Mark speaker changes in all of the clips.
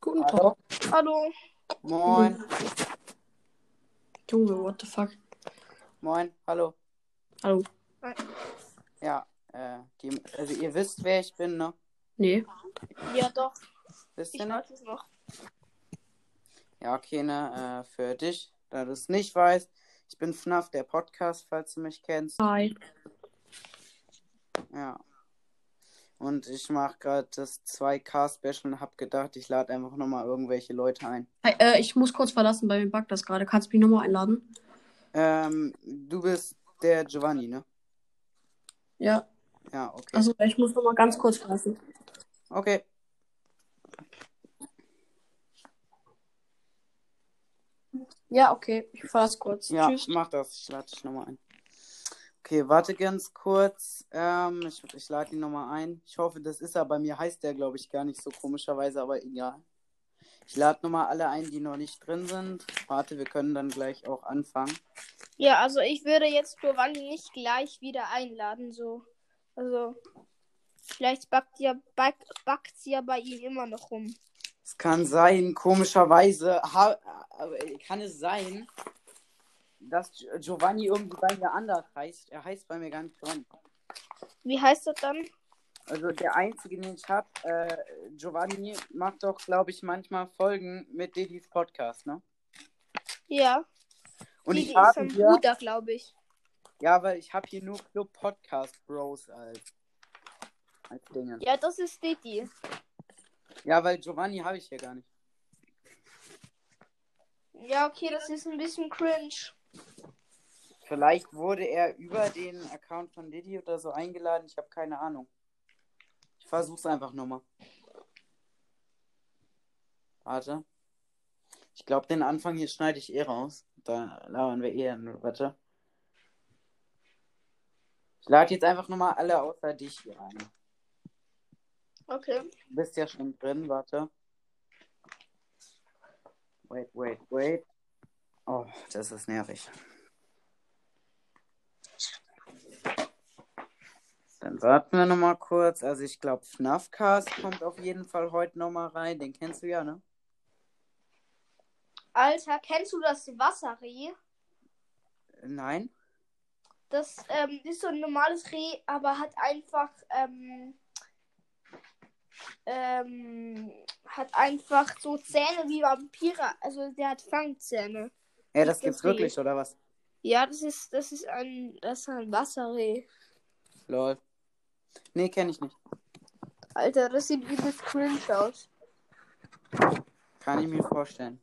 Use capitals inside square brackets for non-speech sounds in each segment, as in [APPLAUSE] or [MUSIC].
Speaker 1: Guten Tag.
Speaker 2: Hallo.
Speaker 1: [LAUGHS]
Speaker 3: Moin.
Speaker 1: Junge, what the fuck?
Speaker 3: Moin. Hallo.
Speaker 1: Hallo.
Speaker 3: Ja, äh, die, also ihr wisst, wer ich bin, ne?
Speaker 1: Nee.
Speaker 2: Ja, doch.
Speaker 3: Wisst
Speaker 2: Ich
Speaker 3: ihr nicht?
Speaker 2: weiß es noch.
Speaker 3: Ja, okay, ne? Äh, für dich, da du es nicht weißt, ich bin FNAF, der Podcast, falls du mich kennst.
Speaker 1: Hi.
Speaker 3: Ja. Und ich mache gerade das 2K-Special und hab gedacht, ich lade einfach nochmal irgendwelche Leute ein.
Speaker 1: Hi äh, ich muss kurz verlassen, bei mir backt das gerade. Kannst du mich nochmal einladen?
Speaker 3: Ähm, du bist der Giovanni, ne?
Speaker 1: Ja.
Speaker 3: Ja, okay.
Speaker 1: Also ich muss nochmal ganz kurz verlassen.
Speaker 3: Okay.
Speaker 1: Ja, okay. Ich verlasse kurz.
Speaker 3: Ja,
Speaker 1: Tschüss.
Speaker 3: mach das. Ich lade dich nochmal ein. Okay, warte ganz kurz. Ähm, ich ich lade ihn nochmal ein. Ich hoffe, das ist er. Bei mir heißt der, glaube ich, gar nicht so komischerweise, aber egal. Ich lade nochmal alle ein, die noch nicht drin sind. Warte, wir können dann gleich auch anfangen.
Speaker 2: Ja, also ich würde jetzt Giovanni nicht gleich wieder einladen, so. Also, vielleicht backt ja, backt, backt's ja bei ihm immer noch rum.
Speaker 3: Es kann sein, komischerweise, ha aber kann es sein, dass Gio- Giovanni irgendwie bei mir anders heißt. Er heißt bei mir gar nicht Giovanni.
Speaker 2: Wie heißt das dann?
Speaker 3: Also der einzige, den ich habe, äh, Giovanni macht doch, glaube ich, manchmal Folgen mit Didis Podcast, ne?
Speaker 2: Ja.
Speaker 3: Und
Speaker 2: die, die
Speaker 3: ich habe
Speaker 2: von
Speaker 3: hier,
Speaker 2: Bruder, glaube ich.
Speaker 3: ja, weil ich habe hier nur Club Podcast Bros als, als Dinge.
Speaker 2: Ja, das ist Didi.
Speaker 3: Ja, weil Giovanni habe ich hier gar nicht.
Speaker 2: Ja, okay, das ist ein bisschen cringe.
Speaker 3: Vielleicht wurde er über den Account von Didi oder so eingeladen, ich habe keine Ahnung. Ich versuch's einfach nochmal. Warte. Ich glaube, den Anfang hier schneide ich eh raus. Da labern wir eh. dann. Warte. Ich lade jetzt einfach nochmal alle außer dich hier rein.
Speaker 2: Okay.
Speaker 3: Du bist ja schon drin, warte. Wait, wait, wait. Oh, das ist nervig. Dann warten wir nochmal kurz. Also ich glaube, FNAFcast kommt auf jeden Fall heute nochmal rein. Den kennst du ja, ne?
Speaker 2: Alter, kennst du das Wasserreh?
Speaker 3: Nein?
Speaker 2: Das ähm, ist so ein normales Reh, aber hat einfach ähm, ähm, hat einfach so Zähne wie Vampire. Also der hat Fangzähne.
Speaker 3: Ja, das
Speaker 2: Ich
Speaker 3: gibt's
Speaker 2: glaub,
Speaker 3: wirklich, oder was?
Speaker 2: Ja, das ist das ist ein das ist ein Wasserreh.
Speaker 3: Lol. Nee, kenne ich nicht.
Speaker 2: Alter, das sieht übelst cringe aus.
Speaker 3: Kann ich mir vorstellen.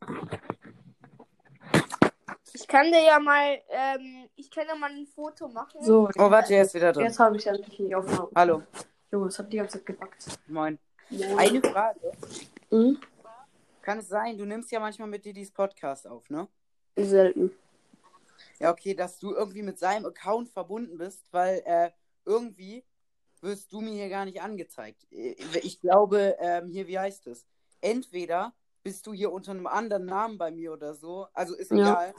Speaker 2: Ich kann dir ja mal ähm, ich kann dir mal ein Foto machen.
Speaker 1: So,
Speaker 3: Oh, warte, er ist wieder drin.
Speaker 1: jetzt habe ich endlich die Aufnahme.
Speaker 3: Hallo.
Speaker 1: Junge, es hat die ganze Zeit gebackt.
Speaker 3: Moin. Eine Frage.
Speaker 1: Mhm.
Speaker 3: Kann es sein, du nimmst ja manchmal mit Didis Podcast auf, ne?
Speaker 1: Selten.
Speaker 3: Ja, okay, dass du irgendwie mit seinem Account verbunden bist, weil äh, irgendwie wirst du mir hier gar nicht angezeigt. Äh, Ich glaube, ähm, hier, wie heißt es? Entweder bist du hier unter einem anderen Namen bei mir oder so. Also ist
Speaker 1: Ja.
Speaker 3: egal.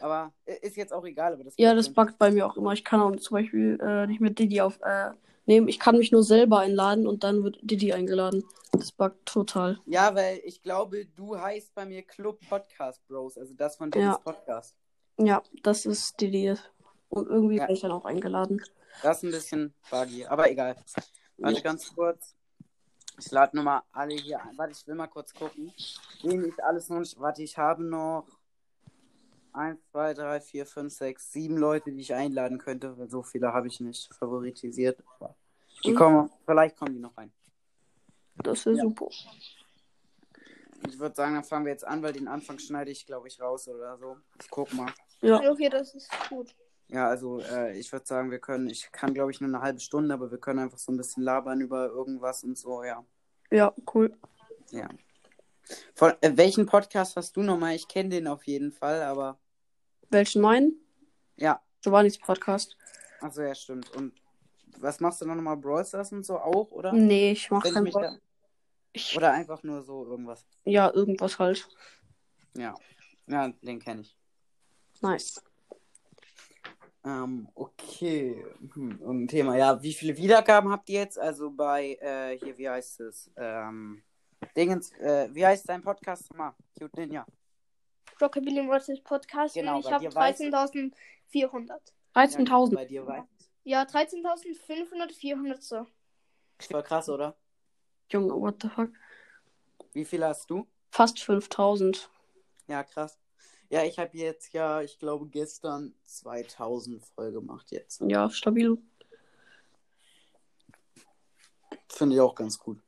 Speaker 3: Aber äh, ist jetzt auch egal. Aber das
Speaker 1: Ja,
Speaker 3: kriegt
Speaker 1: das
Speaker 3: man-
Speaker 1: backt bei mir auch immer. Ich kann auch zum Beispiel äh, nicht mit Didi auf äh, nehmen. Ich kann mich nur selber einladen und dann wird Didi eingeladen. Das backt total.
Speaker 3: Ja, weil ich glaube, du heißt bei mir Club Podcast Bros. Also das von Dennis
Speaker 1: Ja.
Speaker 3: Podcast.
Speaker 1: Ja, das ist Didi. Und irgendwie
Speaker 3: Ja.
Speaker 1: werde ich dann auch eingeladen.
Speaker 3: Das ist ein bisschen buggy, aber egal. Warte ganz kurz. Ich lade nochmal alle hier ein. Warte, ich will mal kurz gucken. Wen ich alles noch nicht. Warte, ich habe noch 1, 2, 3, 4, 5, 6, 7 Leute, die ich einladen könnte. weil So viele habe ich nicht favoritisiert. Aber Die
Speaker 1: Mhm.
Speaker 3: kommen, vielleicht kommen die noch rein.
Speaker 1: Das wäre
Speaker 3: Ja.
Speaker 1: super.
Speaker 3: Ich würde sagen, dann fangen wir jetzt an, weil den Anfang schneide ich, glaube ich, raus oder so. Ich guck mal.
Speaker 1: Ja.
Speaker 2: Okay, das ist gut.
Speaker 3: Ja, also äh, ich würde sagen, wir können, ich kann, glaube ich, nur eine halbe Stunde, aber wir können einfach so ein bisschen labern über irgendwas und so, ja.
Speaker 1: Ja, cool.
Speaker 3: Ja. Von, äh, welchen Podcast hast du nochmal? Ich kenne den auf jeden Fall, aber
Speaker 1: Welchen meinen?
Speaker 3: ja,
Speaker 1: Giovannis Podcast.
Speaker 3: achso, ja, stimmt. Und was machst du noch nochmal? Brawl Stars und so auch, oder?
Speaker 1: Nee, ich mach
Speaker 3: Wenn ich
Speaker 1: keinen
Speaker 3: mich
Speaker 1: Bock.
Speaker 3: da-
Speaker 1: Ich-
Speaker 3: Oder einfach nur so irgendwas.
Speaker 1: Ja, irgendwas halt.
Speaker 3: Ja, ja den kenne ich.
Speaker 1: Nice.
Speaker 3: Ähm, okay. Hm, ein Thema. Ja, wie viele Wiedergaben habt ihr jetzt? Also bei, äh, hier, wie heißt es? Ähm, Dingens, äh, wie heißt dein Podcast nochmal? Cute Ninja.
Speaker 2: Rockabilly Mortis Podcast
Speaker 3: Genau,
Speaker 2: und ich
Speaker 3: bei
Speaker 2: habe
Speaker 3: dir weiß ich.
Speaker 2: 13.400.
Speaker 1: 13.000.
Speaker 3: Bei dir war
Speaker 2: Ja, 13.500, 400 so.
Speaker 3: Voll krass, oder?
Speaker 1: Junge, what the fuck?
Speaker 3: Wie viele hast du?
Speaker 1: Fast 5000.
Speaker 3: Ja, krass. Ja, ich habe jetzt ja, ich glaube, gestern 2000 voll gemacht jetzt.
Speaker 1: Ja, stabil.
Speaker 3: Finde ich auch ganz gut.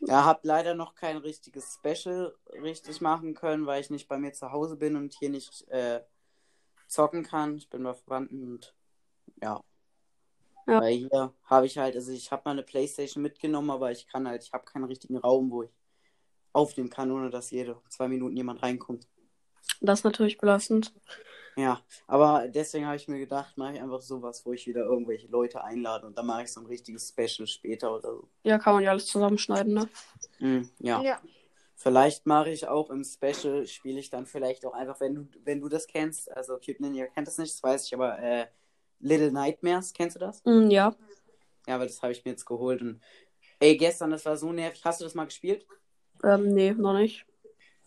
Speaker 3: Ja, habe leider noch kein richtiges Special richtig machen können, weil ich nicht bei mir zu Hause bin und hier nicht äh, zocken kann. Ich bin bei Verwandten und ja.
Speaker 1: Ja.
Speaker 3: Weil hier habe ich halt, also ich habe mal eine Playstation mitgenommen, aber ich kann halt, ich habe keinen richtigen Raum, wo ich aufnehmen kann, ohne dass jede zwei Minuten jemand reinkommt.
Speaker 1: Das ist natürlich belastend.
Speaker 3: Ja, aber deswegen habe ich mir gedacht, mache ich einfach sowas, wo ich wieder irgendwelche Leute einlade und dann mache ich so ein richtiges Special später oder so.
Speaker 1: Ja, kann man ja alles zusammenschneiden, ne?
Speaker 3: Mhm, ja. Vielleicht mache ich auch im Special, spiele ich dann vielleicht auch einfach, wenn du, wenn du das kennst, also Cute Ninja kennt das nicht, das weiß ich, aber äh, Little Nightmares, kennst du das?
Speaker 1: Mm, ja.
Speaker 3: Ja, weil das habe ich mir jetzt geholt und ey, gestern, das war so nervig. Hast du das mal gespielt?
Speaker 1: Ähm, nee, noch nicht.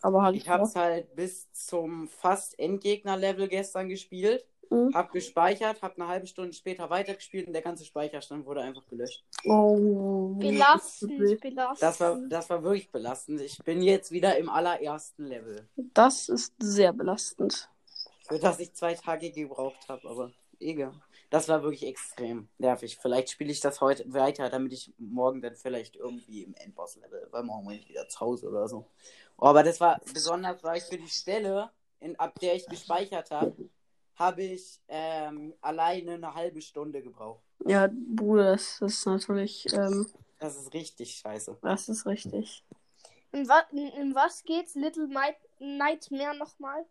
Speaker 1: Aber halt.
Speaker 3: Ich habe es halt bis zum fast Endgegner-Level gestern gespielt,
Speaker 1: Mhm.
Speaker 3: hab gespeichert, hab eine halbe Stunde später weitergespielt und der ganze Speicherstand wurde einfach gelöscht.
Speaker 1: Oh.
Speaker 2: Belastend, belastend.
Speaker 3: Das war, das war wirklich belastend. Ich bin jetzt wieder im allerersten Level.
Speaker 1: Das ist sehr belastend.
Speaker 3: Für das ich zwei Tage gebraucht habe, aber egal. Das war wirklich extrem nervig. Vielleicht spiele ich das heute weiter, damit ich morgen dann vielleicht irgendwie im Endboss-Level, weil morgen bin ich wieder zu Hause oder so. Oh, aber das war besonders, weil ich für die Stelle, in, ab der ich gespeichert habe, habe ich ähm, alleine eine halbe Stunde gebraucht.
Speaker 1: Ja, Bruder, das ist natürlich, ähm,
Speaker 3: Das ist richtig scheiße.
Speaker 1: das ist richtig.
Speaker 2: In, wa in, in was geht's? Little Night Nightmare nochmal?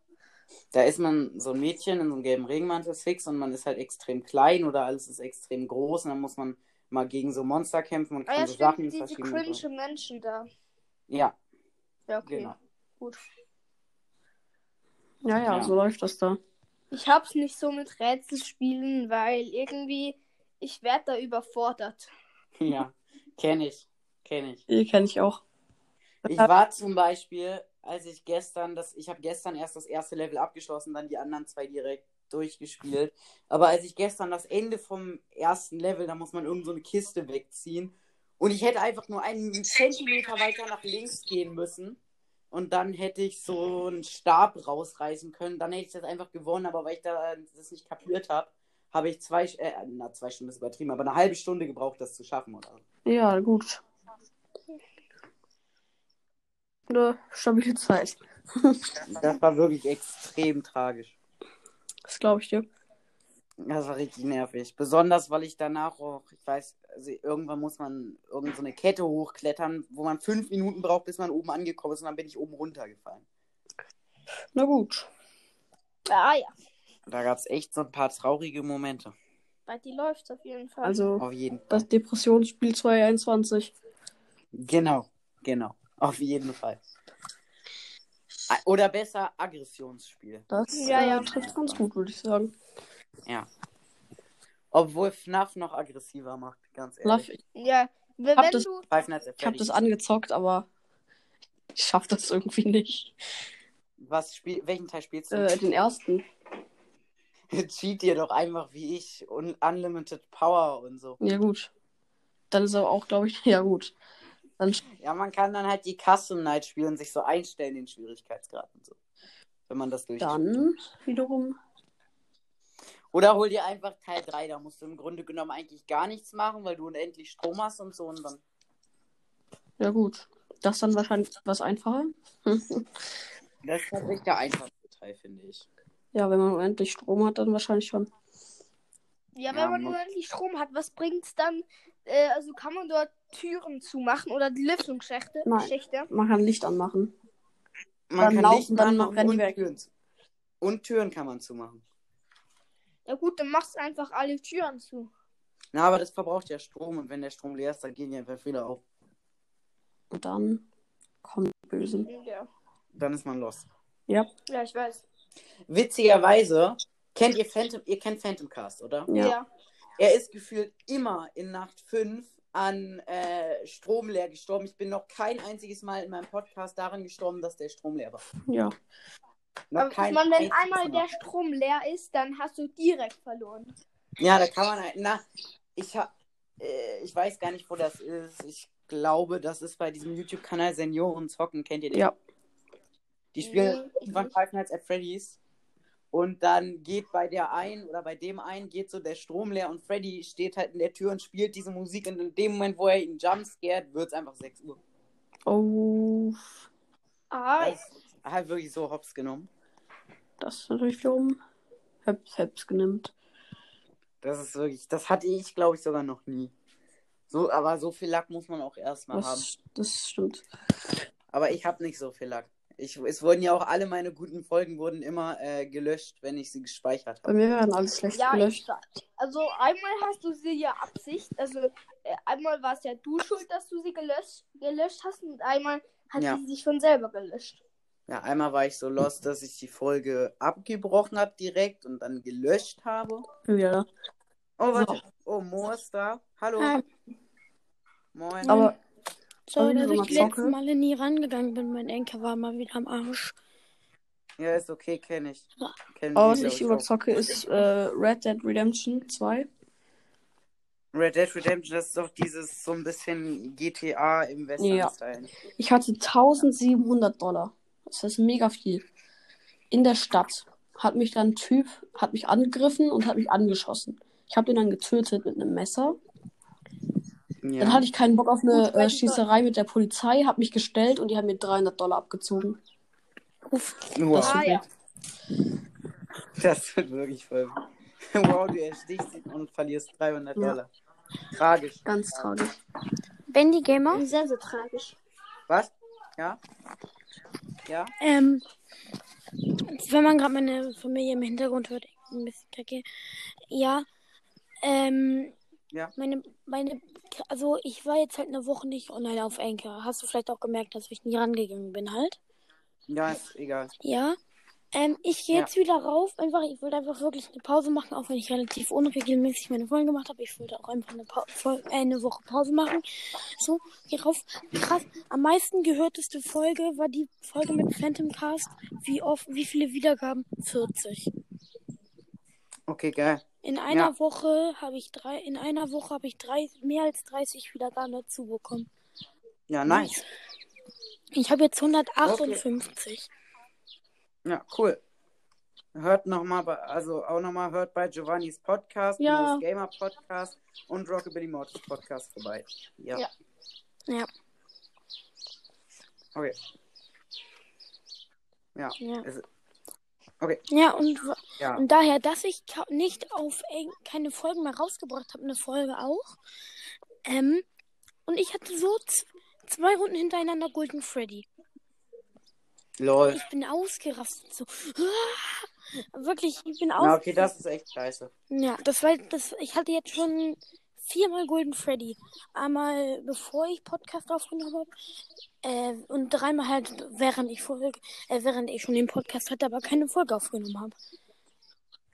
Speaker 3: Da ist man so ein Mädchen in so einem gelben Regenmantel fix und man ist halt extrem klein oder alles ist extrem groß und dann muss man mal gegen so Monster kämpfen und
Speaker 2: Ah
Speaker 3: kann
Speaker 2: ja,
Speaker 3: so
Speaker 2: stimmt,
Speaker 3: Sachen in
Speaker 2: diese
Speaker 3: verschiedenen-
Speaker 2: cringe Menschen da.
Speaker 3: Ja, [LAUGHS]
Speaker 2: Ja, okay.
Speaker 3: genau.
Speaker 2: Gut.
Speaker 1: Ja, ja,
Speaker 3: Ja.
Speaker 1: so läuft das da.
Speaker 2: Ich hab's nicht so mit Rätselspielen, weil irgendwie ich werd da überfordert.
Speaker 3: Ja, kenne ich, kenne ich.
Speaker 1: Die kenne ich auch. [LAUGHS]
Speaker 3: Ich war zum Beispiel, als ich gestern, das, ich habe gestern erst das erste Level abgeschlossen, dann die anderen zwei direkt durchgespielt. Aber als ich gestern das Ende vom ersten Level, da muss man irgend so eine Kiste wegziehen. Und ich hätte einfach nur einen Zentimeter weiter nach links gehen müssen. Und dann hätte ich so einen Stab rausreißen können. Dann hätte ich das einfach gewonnen. Aber weil ich da äh, das nicht kapiert habe, habe ich zwei, äh, na, zwei Stunden ist übertrieben, aber eine halbe Stunde gebraucht, das zu schaffen. Oder? so.
Speaker 1: Ja, gut. Eine stabile Zeit.
Speaker 3: Das war wirklich extrem tragisch.
Speaker 1: Das glaube ich dir.
Speaker 3: Das war richtig nervig. Besonders, weil ich danach auch, ich weiß, also irgendwann muss man irgend so eine Kette hochklettern, wo man fünf Minuten braucht, bis man oben angekommen ist und dann bin ich oben runtergefallen.
Speaker 1: Na gut.
Speaker 2: Ah ja,
Speaker 3: Da gab es echt so ein paar traurige Momente.
Speaker 2: bei dir läuft's auf jeden Fall.
Speaker 1: Also,
Speaker 3: Auf jeden Fall.
Speaker 1: das Depressionsspiel 221.
Speaker 3: Genau, genau. Auf jeden Fall. A- Oder besser Aggressionsspiel.
Speaker 1: Das
Speaker 2: Ja,
Speaker 1: äh,
Speaker 2: ja.
Speaker 1: trifft ganz gut, würde ich sagen.
Speaker 3: Obwohl FNAF noch aggressiver macht, ganz
Speaker 1: Love,
Speaker 3: ehrlich.
Speaker 2: ja, wenn,
Speaker 1: Hab
Speaker 2: wenn
Speaker 1: das-
Speaker 2: du
Speaker 3: Five Nights at
Speaker 1: Ich habe
Speaker 3: Freddy's.
Speaker 1: das angezockt, aber ich schaff das irgendwie nicht.
Speaker 3: Was spiel welchen Teil spielst du?
Speaker 1: Äh, den ersten.
Speaker 3: [LAUGHS] Cheat dir doch einfach wie ich und Unlimited Power und so.
Speaker 1: Ja, gut. Dann ist aber auch, glaube ich, ja, gut. Dann
Speaker 3: Ja, man kann dann halt die Custom Night spielen und sich so einstellen, den Schwierigkeitsgrad und so. Wenn man das durch.
Speaker 1: dann wiederum.
Speaker 3: Oder hol dir einfach Teil 3, da musst du im Grunde genommen eigentlich gar nichts machen, weil du unendlich Strom hast und so und dann.
Speaker 1: Ja, gut. Das dann wahrscheinlich etwas einfacher.
Speaker 3: Das ist tatsächlich der einfachste Teil, finde ich.
Speaker 1: Ja, wenn man unendlich Strom hat, dann wahrscheinlich schon.
Speaker 2: Ja, wenn
Speaker 3: Ja,
Speaker 2: man
Speaker 3: man-
Speaker 2: nur endlich Strom hat, was bringt's dann? Äh, also kann man dort Türen zumachen oder die Lüftungsschächte?
Speaker 1: Nein.
Speaker 2: Schächte?
Speaker 1: Man kann Licht anmachen.
Speaker 3: Man
Speaker 1: Dann
Speaker 3: kann
Speaker 1: laufen,
Speaker 3: Licht
Speaker 1: dann
Speaker 3: anmachen
Speaker 1: rennen die
Speaker 3: und
Speaker 1: weg.
Speaker 3: Türen. zu- Und Türen kann man zumachen.
Speaker 2: Ja gut, dann machst einfach alle Türen zu.
Speaker 3: Na, aber das verbraucht ja Strom und wenn der Strom leer ist, dann gehen die einfach wieder auf.
Speaker 1: Und dann kommen die Bösen.
Speaker 2: Ja,
Speaker 3: Dann ist man los.
Speaker 2: ja ich weiß.
Speaker 3: Witzigerweise, kennt ihr Phantom, ihr kennt Phantom Cast, oder?
Speaker 1: Ja.
Speaker 2: ja.
Speaker 3: Er ist gefühlt immer in Nacht 5 an äh, Strom leer gestorben. Ich bin noch kein einziges Mal in meinem Podcast daran gestorben, dass der Strom leer war.
Speaker 1: Ja.
Speaker 3: Noch
Speaker 2: Aber ich
Speaker 3: kein
Speaker 2: meine, wenn
Speaker 3: einziges
Speaker 2: einmal
Speaker 3: Mal.
Speaker 2: der Strom leer ist, dann hast du direkt verloren.
Speaker 3: Ja, da kann man ein- na, ich hab, äh, ich weiß gar nicht, wo das ist. Ich glaube, das ist bei diesem YouTube-Kanal Senioren zocken, kennt ihr den?
Speaker 1: Ja.
Speaker 3: Die spielen
Speaker 2: Nee, ich
Speaker 3: irgendwann
Speaker 2: nicht.
Speaker 3: Five Nights at Freddy's und dann geht bei der einen oder bei dem einen geht so der Strom leer und Freddy steht halt in der Tür und spielt diese Musik und in dem Moment, wo er ihn jumpscared, wird es einfach 6 Uhr.
Speaker 1: Oh,
Speaker 2: Ah,
Speaker 3: Das ist halt wirklich so hops genommen.
Speaker 1: das ist natürlich wiederum Heps, Heps genimmt.
Speaker 3: Das ist wirklich, das hatte ich, glaube ich, sogar noch nie. So, aber so viel Lack muss man auch erstmal haben.
Speaker 1: Das, das stimmt.
Speaker 3: Aber ich habe nicht so viel Lack. Ich, es wurden ja auch alle meine guten Folgen wurden immer äh, gelöscht, wenn ich sie gespeichert
Speaker 1: Bei
Speaker 3: habe.
Speaker 1: mir werden alles schlecht
Speaker 2: ja, ich,
Speaker 1: gelöscht.
Speaker 2: also einmal hast du sie ja Absicht, also äh, einmal war es ja du schuld, dass du sie gelöscht, gelöscht hast und einmal hat
Speaker 3: Ja.
Speaker 2: sie sich von selber gelöscht.
Speaker 3: Ja, einmal war ich so lost, dass ich die Folge abgebrochen habe direkt und dann gelöscht habe.
Speaker 1: Ja.
Speaker 3: Oh, warte. Oh, Mo ist da. Hallo.
Speaker 4: Hi.
Speaker 3: Moin.
Speaker 1: Aber
Speaker 4: Ah, Sorry,
Speaker 1: Sollen wir
Speaker 4: dass
Speaker 1: nochmal
Speaker 4: ich die
Speaker 1: zocken?
Speaker 4: letzten Male nie rangegangen bin. Mein Enkel war mal wieder am Arsch.
Speaker 3: Ja, ist okay, kenne ich. Kenn
Speaker 1: aber
Speaker 3: wir,
Speaker 1: was
Speaker 3: glaub
Speaker 1: ich überzocke, ist äh, Red Dead Redemption 2.
Speaker 3: auch. Red Dead Redemption, das ist doch dieses so ein bisschen GTA
Speaker 1: Ja.
Speaker 3: im Western-Style.
Speaker 1: Ich hatte 1700 Dollar. Das ist mega viel. In der Stadt hat mich dann ein Typ, hat mich angegriffen und hat mich angeschossen. Ich habe den dann getötet mit einem Messer.
Speaker 3: Ja.
Speaker 1: Dann hatte ich keinen Bock auf eine
Speaker 2: Gut, weil
Speaker 1: äh,
Speaker 2: die-
Speaker 1: Schießerei mit der Polizei, habe mich gestellt und die haben mir 300 Dollar abgezogen.
Speaker 3: Wow.
Speaker 2: Ah ja,
Speaker 3: [LAUGHS] Das wird wirklich voll. Wow, du erstichst ihn und verlierst 300
Speaker 1: Ja.
Speaker 3: Dollar. Tragisch.
Speaker 1: Ganz traurig.
Speaker 4: Bendy Gamer,
Speaker 2: sehr, sehr tragisch.
Speaker 3: Was? Ja? Ja?
Speaker 4: ähm, wenn man gerade meine Familie im Hintergrund hört, ein bisschen kacke. Ja, ähm,
Speaker 3: Ja.
Speaker 4: Meine, meine, also ich war jetzt halt eine Woche nicht online auf Enker. Hast du vielleicht auch gemerkt, dass ich nie rangegangen bin halt?
Speaker 3: Ja, ist egal.
Speaker 4: Ja. Ähm, ich gehe
Speaker 3: Ja.
Speaker 4: jetzt wieder rauf. Einfach, ich wollte einfach wirklich eine Pause machen, auch wenn ich relativ unregelmäßig meine Folgen gemacht habe. Ich wollte auch einfach eine, pa Fol- äh, eine Woche Pause machen. So, geh rauf. Krass. Am meisten gehörteste Folge war die Folge mit Phantom Cast. Wie oft, wie viele Wiedergaben? 40.
Speaker 3: Okay, geil.
Speaker 4: In einer Woche habe ich drei, in einer Woche habe ich drei, mehr als 30 Wiedergaben dazu bekommen.
Speaker 3: Ja, nice.
Speaker 4: Ich habe jetzt 158.
Speaker 3: Ja, cool. Hört nochmal bei, also auch nochmal, hört bei Giovannis Podcast,
Speaker 1: Ja.
Speaker 3: Mo's Gamer Podcast und Rockabilly Mortis Podcast vorbei. Ja.
Speaker 2: Ja.
Speaker 4: Ja.
Speaker 3: Okay. Ja.
Speaker 4: Ja.
Speaker 3: es- Also, okay.
Speaker 4: Ja, und wa-
Speaker 3: Ja.
Speaker 4: Und daher, dass ich ka- nicht auf eng- keine Folgen mehr rausgebracht habe, eine Folge auch. Ähm, und ich hatte so z- zwei Runden hintereinander Golden Freddy.
Speaker 3: Lol.
Speaker 4: Ich bin ausgerastet. So. [LAUGHS] Wirklich, ich bin
Speaker 3: Na,
Speaker 4: aus.
Speaker 3: okay, das ist echt scheiße.
Speaker 4: Ja, das war das. Ich hatte jetzt schon viermal Golden Freddy. Einmal bevor ich Podcast aufgenommen habe. Äh, und dreimal halt, während ich Folge, äh, während ich schon den Podcast hatte, aber keine Folge aufgenommen habe.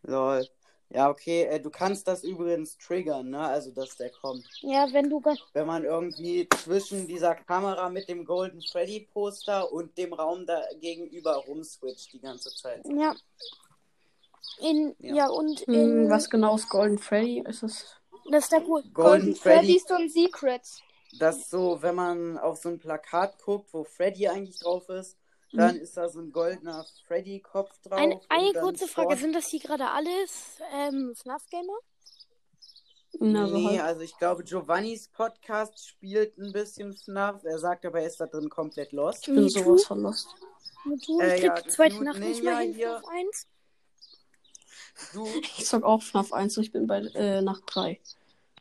Speaker 3: Lol. Ja, okay, äh, du kannst das übrigens triggern, ne? Also, dass der kommt.
Speaker 4: Ja, wenn du ganz
Speaker 3: wenn man irgendwie zwischen dieser Kamera mit dem Golden Freddy Poster und dem Raum da gegenüber rumswitcht die ganze Zeit.
Speaker 4: Ja. In,
Speaker 3: Ja.
Speaker 4: ja. und in.
Speaker 1: Hm, was genau ist Golden Freddy? Ist es.
Speaker 4: Das ist der gut.
Speaker 3: Golden Freddy,
Speaker 2: ist so ein Secret.
Speaker 3: das ist so, wenn man auf so ein Plakat guckt, wo Freddy eigentlich drauf ist, dann ist da so ein goldener Freddy-Kopf drauf.
Speaker 4: Mhm. Eine, eine
Speaker 3: und dann
Speaker 4: kurze Frage:
Speaker 3: vorne-
Speaker 4: Sind das hier gerade alles ähm, FNAF-Gamer?
Speaker 1: Na, so
Speaker 3: nee,
Speaker 1: halt.
Speaker 3: also ich glaube, Giovannis Podcast spielt ein bisschen FNAF. Er sagt aber, er ist da drin komplett lost.
Speaker 1: Ich bin
Speaker 4: Me too.
Speaker 1: sowas von lost.
Speaker 4: Mit du,
Speaker 3: Äh,
Speaker 4: ich
Speaker 3: ja,
Speaker 4: krieg die zweite
Speaker 3: Dude
Speaker 4: Nacht nicht
Speaker 3: Ninja
Speaker 4: mehr hin
Speaker 3: hier.
Speaker 4: auf eins.
Speaker 3: Du,
Speaker 1: Ich zock auch FNAF 1 und ich bin bei äh, Nacht 3.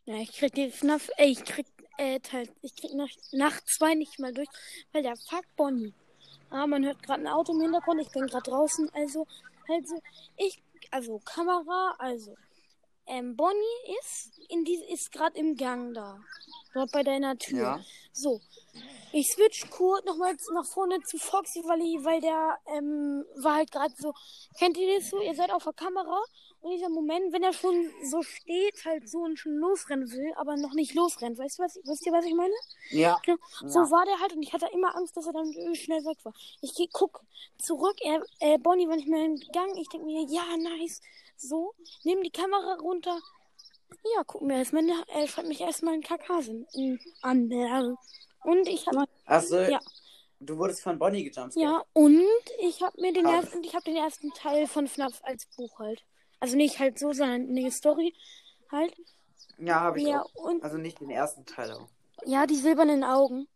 Speaker 4: Ja, ich krieg die FNAF. Äh, ich krieg äh, Teil. Ich krieg nach, Nacht zwei nicht mal durch, weil der Fuck Bonnie. Ah, man hört gerade ein Auto im Hintergrund. Ich bin gerade draußen. Also, also, ich. Also, Kamera, also. Ähm, Bonnie ist in die, ist gerade im Gang da. Dort bei deiner Tür.
Speaker 3: Ja.
Speaker 4: So. Ich switch kurz nochmal z- nach vorne zu Foxy, weil, ich, weil der ähm, war halt gerade so. Kennt ihr das so? Ihr seid auf der Kamera und dieser Moment, wenn er schon so steht, halt so und schon losrennen will, aber noch nicht losrennt. Weißt du, was, wisst ihr, was ich meine?
Speaker 3: Ja.
Speaker 4: Genau.
Speaker 3: Ja.
Speaker 4: [LAUGHS] So war der halt und ich hatte immer Angst, dass er dann äh, schnell weg war. Ich geh, guck zurück, er, äh, Bonnie war nicht mehr im Gang. Ich denke mir, ja, nice. So, nimm die Kamera runter. Ja, guck mir erstmal, ne- äh, schreib mich erstmal einen Kakasen in- an. äh, Und ich hab,
Speaker 3: Achso,
Speaker 4: Ja.
Speaker 3: du wurdest von Bonnie gejumpscared.
Speaker 4: ja, und ich hab mir den
Speaker 3: Krass.
Speaker 4: ersten, ich hab den ersten Teil von FNAF als Buch halt. Also nicht halt so, sondern eine Story halt.
Speaker 3: Ja, habe ich
Speaker 4: Ja,
Speaker 3: auch.
Speaker 4: und,
Speaker 3: Also nicht den ersten Teil auch.
Speaker 4: ja, die silbernen Augen.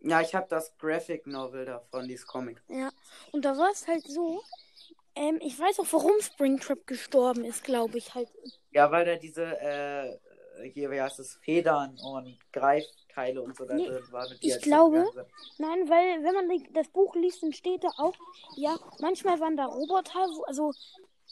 Speaker 3: Ja, ich habe das Graphic Novel davon, dieses Comic.
Speaker 4: Ja, und da war es halt so. Ähm, ich weiß auch, warum Springtrap gestorben ist, glaube ich halt.
Speaker 3: Ja, weil da diese, äh, hier, wie heißt es, Federn und Greifteile und so da
Speaker 4: Nee,
Speaker 3: drin waren. die
Speaker 4: ich
Speaker 3: halt
Speaker 4: glaube-
Speaker 3: zurückgegangen sind.
Speaker 4: Nein, weil wenn man die- das Buch liest, dann steht da auch, ja, manchmal waren da Roboter, wo, also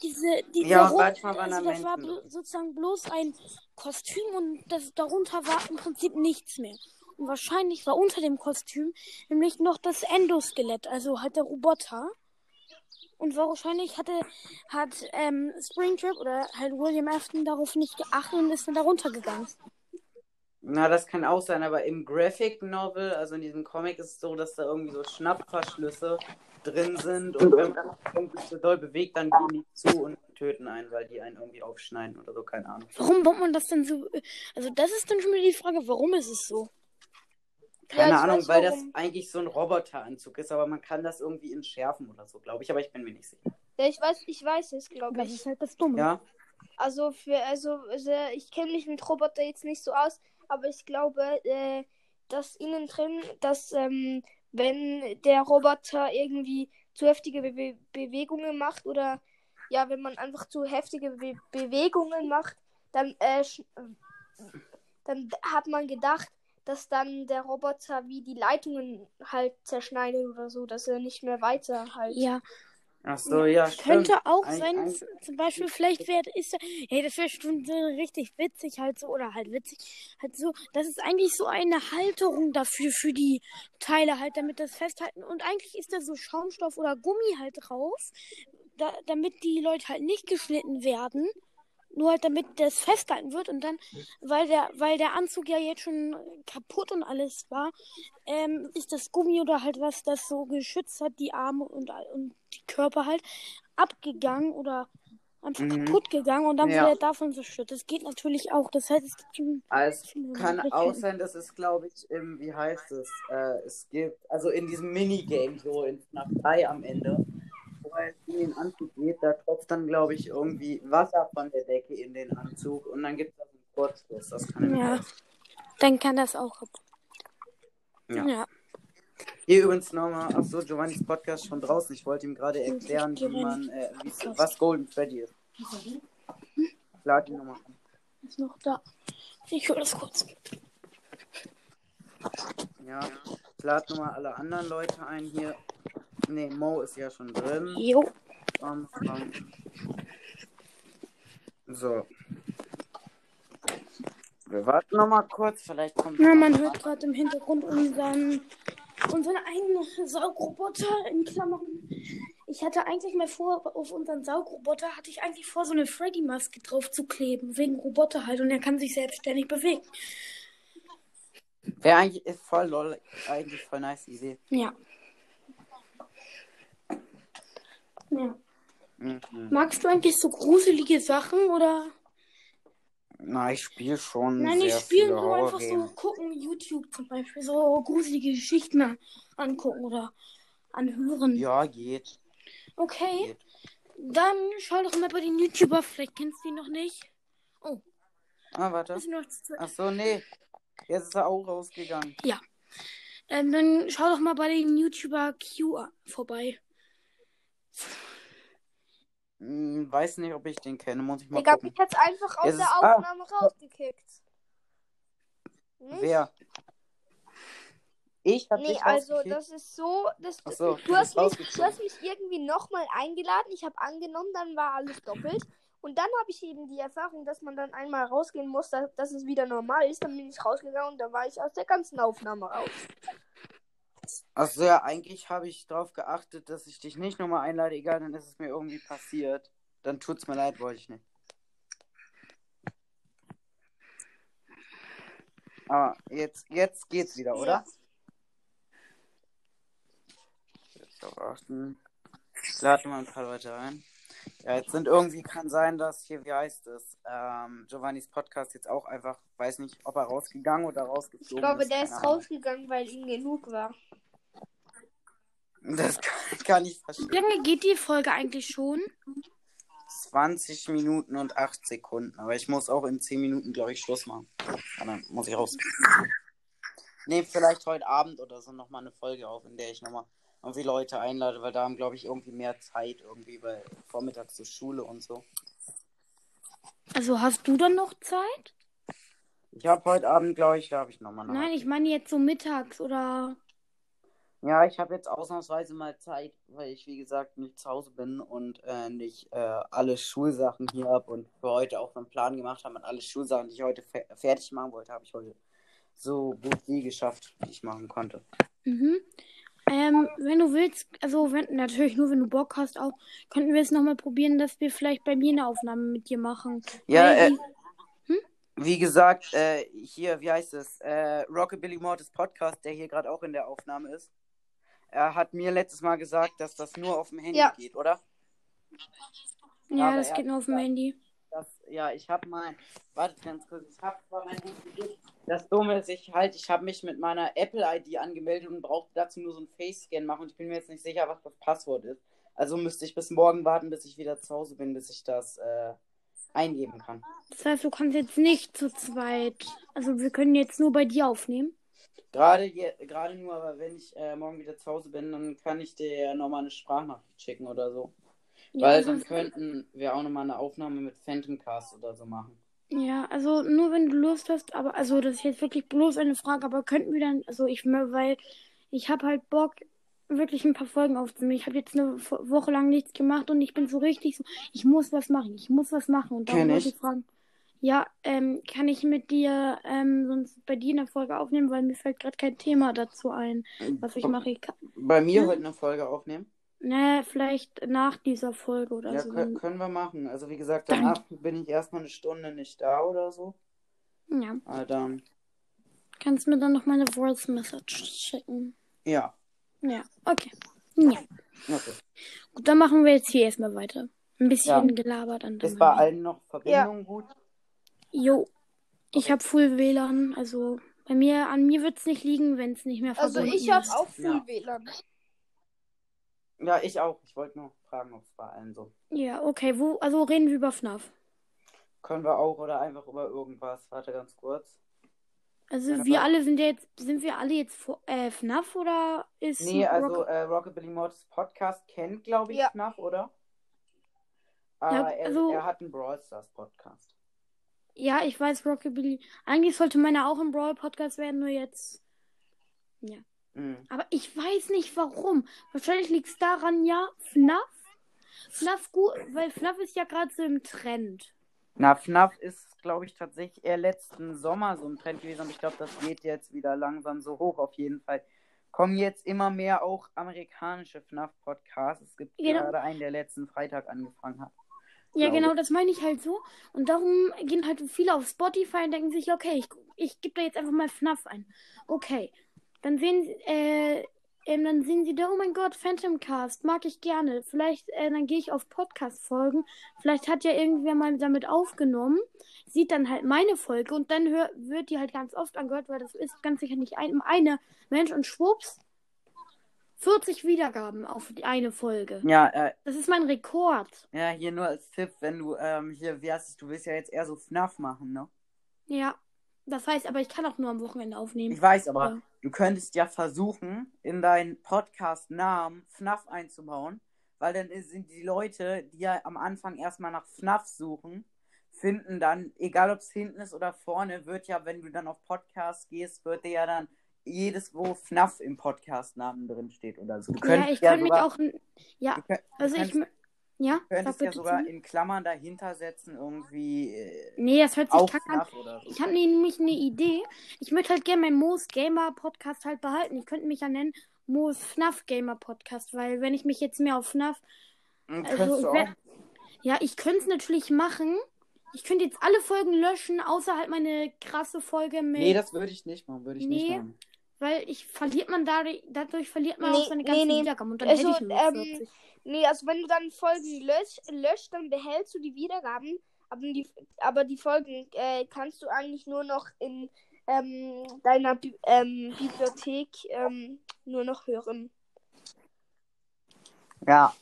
Speaker 4: diese, diese
Speaker 3: Ja,
Speaker 4: Rob-
Speaker 3: manchmal waren da
Speaker 4: also das war
Speaker 3: Menschen
Speaker 4: blo-
Speaker 3: drin.
Speaker 4: sozusagen bloß ein Kostüm und das darunter war im Prinzip nichts mehr. Und wahrscheinlich war unter dem Kostüm nämlich noch das Endoskelett, also halt der Roboter. Und wahrscheinlich hatte, hat ähm, Springtrap oder halt William Afton darauf nicht geachtet und ist dann darunter gegangen.
Speaker 3: Na, das kann auch sein, aber im Graphic Novel, also in diesem Comic, ist es so, dass da irgendwie so Schnappverschlüsse drin sind und wenn man irgendwie so doll bewegt, dann gehen die zu und töten einen, weil die einen irgendwie aufschneiden oder so, keine Ahnung.
Speaker 4: Warum baut man das denn so? Also das ist dann schon wieder die Frage, warum ist es so?
Speaker 3: Keine
Speaker 2: Ja, ich
Speaker 3: Ahnung,
Speaker 2: weiß,
Speaker 3: weil
Speaker 2: warum.
Speaker 3: das eigentlich so ein Roboteranzug ist, aber man kann das irgendwie entschärfen oder so, glaube ich, aber ich bin mir nicht sicher.
Speaker 2: Ja, ich weiß, ich weiß es, glaube
Speaker 4: Das
Speaker 2: ich.
Speaker 4: ist halt das Dumme.
Speaker 3: Ja?
Speaker 2: Also für, also äh, ich kenne mich mit Roboter jetzt nicht so aus, aber ich glaube, äh, dass innen drin, dass ähm, wenn der Roboter irgendwie zu heftige Be Bewegungen macht oder ja, wenn man einfach zu heftige Be Bewegungen macht, dann äh, sch- dann hat man gedacht, dass dann der Roboter wie die Leitungen halt zerschneidet oder so, dass er nicht mehr weiter halt.
Speaker 4: Ja,
Speaker 3: Ach so, ja, stimmt.
Speaker 4: könnte auch
Speaker 3: Ein-
Speaker 4: sein,
Speaker 3: ein-
Speaker 4: z- zum Beispiel, vielleicht wäre ist hey, das wäre schon so richtig witzig halt so, oder halt witzig, halt so, das ist eigentlich so eine Halterung dafür, für die Teile halt, damit das festhalten. Und eigentlich ist da so Schaumstoff oder Gummi halt drauf, da, damit die Leute halt nicht geschnitten werden. Nur halt damit das festgehalten wird und dann, weil der, weil der Anzug ja jetzt schon kaputt und alles war, ähm, ist das Gummi oder halt was, das so geschützt hat, die Arme und, all- und die Körper halt, abgegangen oder einfach
Speaker 3: Mhm.
Speaker 4: kaputt gegangen und dann
Speaker 3: Ja.
Speaker 4: wurde er davon zerstört. Das geht natürlich auch. Das heißt, es gibt schon
Speaker 3: Es
Speaker 4: viele
Speaker 3: Also, kann auch
Speaker 4: Möglichkeiten.
Speaker 3: sein, dass es, glaube ich, im, wie heißt es, äh, es gibt, also in diesem Minigame, so in FNAF 3 am Ende, wo er in den Anzug geht, da tropft dann, glaube ich, irgendwie Wasser von der Decke in den Anzug und dann gibt es da so einen Kurzschluss. Das kann nämlich
Speaker 4: Ja.
Speaker 3: auch sein.
Speaker 4: Dann kann das auch.
Speaker 3: Ja.
Speaker 4: Ja.
Speaker 3: Hier übrigens nochmal, achso, Giovannis Podcast schon draußen. Ich wollte ihm gerade
Speaker 4: Hm,
Speaker 3: erklären, wie
Speaker 4: Giovanni.
Speaker 3: man, äh, wie, was Golden Freddy ist. Ich lade ihn nochmal an.
Speaker 4: Ist noch da. Ich höre das kurz.
Speaker 3: Ja, ich lade nochmal alle anderen Leute ein hier. Ne, Mo ist ja schon drin.
Speaker 4: Jo.
Speaker 3: Bam, bam. So. Wir warten noch mal kurz, vielleicht kommt.
Speaker 4: Na,
Speaker 3: noch
Speaker 4: man
Speaker 3: was.
Speaker 4: hört gerade im Hintergrund unseren, unseren eigenen Saugroboter in Klammern. Ich hatte eigentlich mal vor, auf unseren Saugroboter hatte ich eigentlich vor, so eine Freddy-Maske drauf zu kleben, wegen Roboter halt und er kann sich selbstständig bewegen.
Speaker 3: Wäre eigentlich ist voll lol, eigentlich voll nice Idee.
Speaker 4: Ja. Ja.
Speaker 3: Mhm.
Speaker 4: Magst du eigentlich so gruselige Sachen oder?
Speaker 3: Na, ich spiele schon. Hm,
Speaker 4: Nein,
Speaker 3: sehr
Speaker 4: ich spiele
Speaker 3: viele
Speaker 4: nur einfach so
Speaker 3: Horror-Games.
Speaker 4: gucken, YouTube zum Beispiel, so gruselige Geschichten angucken oder anhören.
Speaker 3: Ja, geht.
Speaker 4: Okay,
Speaker 3: geht.
Speaker 4: dann schau doch mal bei den YouTuber, vielleicht kennst du die noch nicht.
Speaker 3: Ah, warte.
Speaker 4: Hast du noch zu-
Speaker 3: Ach so, nee. Jetzt ist er auch rausgegangen.
Speaker 4: Ähm, dann schau doch mal bei den YouTuber Q a- vorbei.
Speaker 3: Hm, weiß nicht, ob ich den kenne. Muss ich mal
Speaker 2: Digga,
Speaker 3: gucken.
Speaker 2: mich hat's einfach aus
Speaker 3: Es
Speaker 2: der
Speaker 3: ist- ah.
Speaker 2: Aufnahme rausgekickt. Nicht?
Speaker 3: Wer? Ich hab
Speaker 2: Nee,
Speaker 3: dich
Speaker 2: also
Speaker 3: rausgekickt.
Speaker 2: das ist so, das,
Speaker 3: Ach so,
Speaker 2: du, hast
Speaker 3: das
Speaker 2: mich, du hast mich irgendwie nochmal eingeladen, ich habe angenommen, dann war alles doppelt Und dann habe ich eben die Erfahrung, dass man dann einmal rausgehen muss, dass, dass es wieder normal ist. Dann bin ich rausgegangen und da war ich aus der ganzen Aufnahme raus.
Speaker 3: Also ja, eigentlich habe ich darauf geachtet, dass ich dich nicht nochmal einlade. Egal, dann ist es mir irgendwie passiert. Dann tut's mir leid, wollte ich nicht. Aber jetzt, jetzt geht's wieder, oder? Jetzt auf achten. Ich lade mal ein paar Leute ein. Ja, jetzt sind irgendwie, kann sein, dass hier, wie heißt es, ähm, Giovannis Podcast jetzt auch einfach, weiß nicht, ob er rausgegangen oder
Speaker 2: Ich
Speaker 3: rausgeflogen
Speaker 2: glaube,
Speaker 3: ist.
Speaker 2: der
Speaker 3: keine
Speaker 2: ist
Speaker 3: Ahnung.
Speaker 2: rausgegangen, weil ihm genug war.
Speaker 3: Das [LAUGHS] kann, kann ich verstehen.
Speaker 4: Wie lange geht die Folge eigentlich schon?
Speaker 3: 20 Minuten und 8 Sekunden. Aber ich muss auch in 10 Minuten, glaube ich, Schluss machen. Ja, dann muss ich raus. Nee, vielleicht heute Abend oder so nochmal eine Folge auf, in der ich nochmal irgendwie Leute einlade, weil da haben, glaube ich, irgendwie mehr Zeit irgendwie, weil vormittags zur Schule und so.
Speaker 4: Also hast du dann noch Zeit?
Speaker 3: Ich habe heute Abend, glaube ich, da habe ich nochmal eine.
Speaker 4: Nein, ich meine jetzt so mittags oder.
Speaker 3: Ja, ich habe jetzt ausnahmsweise mal Zeit, weil ich, wie gesagt, nicht zu Hause bin und äh, nicht äh, alle Schulsachen hier habe und für heute auch einen Plan gemacht habe und alle Schulsachen, die ich heute fe fertig machen wollte, habe ich heute so gut wie geschafft, wie ich machen konnte.
Speaker 4: Mhm. Ähm, wenn du willst, also wenn, natürlich nur, wenn du Bock hast, auch könnten wir es nochmal probieren, dass wir vielleicht bei mir eine Aufnahme mit dir machen.
Speaker 3: Ja,
Speaker 4: Weil
Speaker 3: äh,
Speaker 4: die-
Speaker 3: wie gesagt, äh, hier, wie heißt es? Äh, Rockabilly Mortis Podcast, der hier gerade auch in der Aufnahme ist, er hat mir letztes Mal gesagt, dass das nur auf dem Handy
Speaker 2: Ja.
Speaker 3: geht, oder?
Speaker 4: ja,
Speaker 3: aber
Speaker 4: das
Speaker 3: er
Speaker 4: geht
Speaker 3: hat
Speaker 4: nur auf dem
Speaker 3: gesagt-
Speaker 4: Handy.
Speaker 3: Das, ja, ich habe mein. Wartet ganz kurz, ich habe zwar mein Handy. gegeben. Das Dumme ist, ich halt, ich habe mich mit meiner Apple-ID angemeldet und brauchte dazu nur so einen Face-Scan machen. Und ich bin mir jetzt nicht sicher, was das Passwort ist. Also müsste ich bis morgen warten, bis ich wieder zu Hause bin, bis ich das äh, eingeben kann.
Speaker 4: Das heißt, du kannst jetzt nicht zu zweit. Also wir können jetzt nur bei dir aufnehmen.
Speaker 3: Gerade, je, gerade nur, aber wenn ich äh, morgen wieder zu Hause bin, dann kann ich dir ja nochmal eine Sprachnachricht schicken oder so.
Speaker 4: Ja,
Speaker 3: Weil
Speaker 4: also,
Speaker 3: dann könnten wir auch nochmal eine Aufnahme mit Phantomcast oder so machen.
Speaker 4: ja, also nur wenn du Lust hast, aber also das ist jetzt wirklich bloß eine Frage, aber könnten wir dann, also ich, mö- weil ich habe halt Bock, wirklich ein paar Folgen aufzunehmen. Ich habe jetzt eine Fo- Woche lang nichts gemacht und ich bin so richtig so, ich muss was machen, ich muss was machen. Und
Speaker 3: Kenn
Speaker 4: darum wollte
Speaker 3: ich.
Speaker 4: ich fragen, ja, ähm, kann ich mit dir ähm, sonst bei dir eine Folge aufnehmen, weil mir fällt gerade kein Thema dazu ein, was
Speaker 3: Oh.
Speaker 4: ich mache. Ich kann,
Speaker 3: Bei mir
Speaker 4: Ja.
Speaker 3: heute eine Folge aufnehmen.
Speaker 4: ne, vielleicht nach dieser Folge oder
Speaker 3: Ja,
Speaker 4: so.
Speaker 3: kö- können wir machen. Also wie gesagt, danach bin ich erstmal eine Stunde nicht da oder so.
Speaker 4: Ja.
Speaker 3: Ah, dann.
Speaker 4: Kannst mir dann noch meine Voice Message schicken?
Speaker 3: Ja.
Speaker 4: Ja, okay. Ja.
Speaker 3: Okay.
Speaker 4: Gut, dann machen wir jetzt hier erstmal weiter. Ein bisschen
Speaker 3: Ja.
Speaker 4: gelabert an
Speaker 3: Ist bei allen noch Verbindung gut?
Speaker 4: Jo. Ich habe Full WLAN, also bei mir, an mir wird's nicht liegen, wenn's nicht mehr
Speaker 2: Also
Speaker 4: verbunden
Speaker 2: ich habe
Speaker 4: ist.
Speaker 2: auch Full
Speaker 3: Ja.
Speaker 2: WLAN.
Speaker 3: Ja, ich auch. Ich wollte nur fragen, ob es bei allen so.
Speaker 4: Ja, okay, wo, also reden wir über FNAF.
Speaker 3: Können wir auch oder einfach über irgendwas. Warte ganz kurz.
Speaker 4: Also
Speaker 3: Ja,
Speaker 4: wir
Speaker 3: aber-
Speaker 4: alle sind ja jetzt, sind wir alle jetzt vor, äh, FNAF oder ist
Speaker 3: Nee,
Speaker 4: Rock-
Speaker 3: also äh, Rockabilly Mortis Podcast kennt, glaube ich,
Speaker 2: Ja.
Speaker 3: FNAF, oder? Aber er,
Speaker 4: also-
Speaker 3: er hat einen Brawl Stars Podcast.
Speaker 4: Ja, ich weiß, Rockabilly. Eigentlich sollte meiner auch im Brawl-Podcast werden, nur jetzt
Speaker 3: Mhm.
Speaker 4: Aber ich weiß nicht warum. Wahrscheinlich liegt es daran, ja, FNAF. FNAF gut, weil FNAF ist ja gerade so im Trend.
Speaker 3: Na, FNAF ist, glaube ich, tatsächlich eher letzten Sommer so ein Trend gewesen, aber ich glaube, das geht jetzt wieder langsam so hoch auf jeden Fall. Kommen jetzt immer mehr auch amerikanische FNAF-Podcasts. Es gibt
Speaker 4: Genau.
Speaker 3: gerade einen, der letzten Freitag angefangen hat.
Speaker 4: Ja,
Speaker 3: Glaube
Speaker 4: genau, das meine ich halt so. Und darum gehen halt viele auf Spotify und denken sich, okay, ich, ich gebe da jetzt einfach mal FNAF ein. Okay. Dann sehen sie, äh, ähm, dann sehen sie da, oh mein Gott, Phantom Cast, mag ich gerne. Vielleicht, äh, dann gehe ich auf Podcast-Folgen. Vielleicht hat ja irgendwer mal damit aufgenommen, sieht dann halt meine Folge und dann hör, wird die halt ganz oft angehört, weil das ist ganz sicher nicht ein, eine Mensch und schwupps, 40 Wiedergaben auf die eine Folge.
Speaker 3: Ja, äh,
Speaker 4: Das ist mein Rekord.
Speaker 3: ja, hier nur als Tipp, wenn du ähm, hier, wie heißt es, du willst ja jetzt eher so FNAF machen, ne?
Speaker 4: Ja, das heißt aber, ich kann auch nur am Wochenende aufnehmen.
Speaker 3: Ich weiß, aber
Speaker 4: Ja.
Speaker 3: du könntest ja versuchen, in deinen Podcast-Namen FNAF einzubauen, weil dann ist- sind die Leute, die ja am Anfang erstmal nach FNAF suchen, finden dann, egal ob es hinten ist oder vorne, wird ja, wenn du dann auf Podcast gehst, wird dir ja dann jedes, wo FNAF im Podcast-Namen drin steht oder so. Du
Speaker 4: ja,
Speaker 3: könntest
Speaker 4: ich kann mich
Speaker 3: sogar-
Speaker 4: auch. n- Ja,
Speaker 3: Du könnt-
Speaker 4: also ich.
Speaker 3: kannst-
Speaker 4: m- Ja,
Speaker 3: Du
Speaker 4: sag
Speaker 3: könntest ja
Speaker 4: bitte
Speaker 3: sogar
Speaker 4: zu.
Speaker 3: in Klammern dahinter setzen, irgendwie äh,
Speaker 4: Nee, das hört sich
Speaker 3: auch
Speaker 4: kacke an.
Speaker 3: nach oder so.
Speaker 4: also Ich habe nämlich eine Idee. Ich möchte halt gerne meinen Moos Gamer Podcast halt behalten. Ich könnte mich ja nennen Moos FNAF Gamer Podcast, weil wenn ich mich jetzt mehr auf FNAF
Speaker 3: Und
Speaker 4: also
Speaker 3: Hm, könntest
Speaker 4: ich
Speaker 3: du auch-
Speaker 4: wär- Ja, ich könnte es natürlich machen. Ich könnte jetzt alle Folgen löschen, außer halt meine krasse Folge mit.
Speaker 3: Nee, das würde ich nicht machen, würde ich nicht
Speaker 4: Nee.
Speaker 3: machen.
Speaker 4: weil ich verliert man dadurch, dadurch verliert man
Speaker 2: Nee,
Speaker 4: auch seine
Speaker 2: nee,
Speaker 4: ganzen
Speaker 2: nee.
Speaker 4: Wiedergaben und dann
Speaker 2: Also,
Speaker 4: hätte ich nur noch
Speaker 2: ähm,
Speaker 4: 40.
Speaker 2: Nee, also wenn du dann Folgen lösch, löscht, dann behältst du die Wiedergaben, aber die, aber die Folgen äh, kannst du eigentlich nur noch in ähm, deiner Bi ähm, Bibliothek ähm, nur noch hören.
Speaker 3: Ja.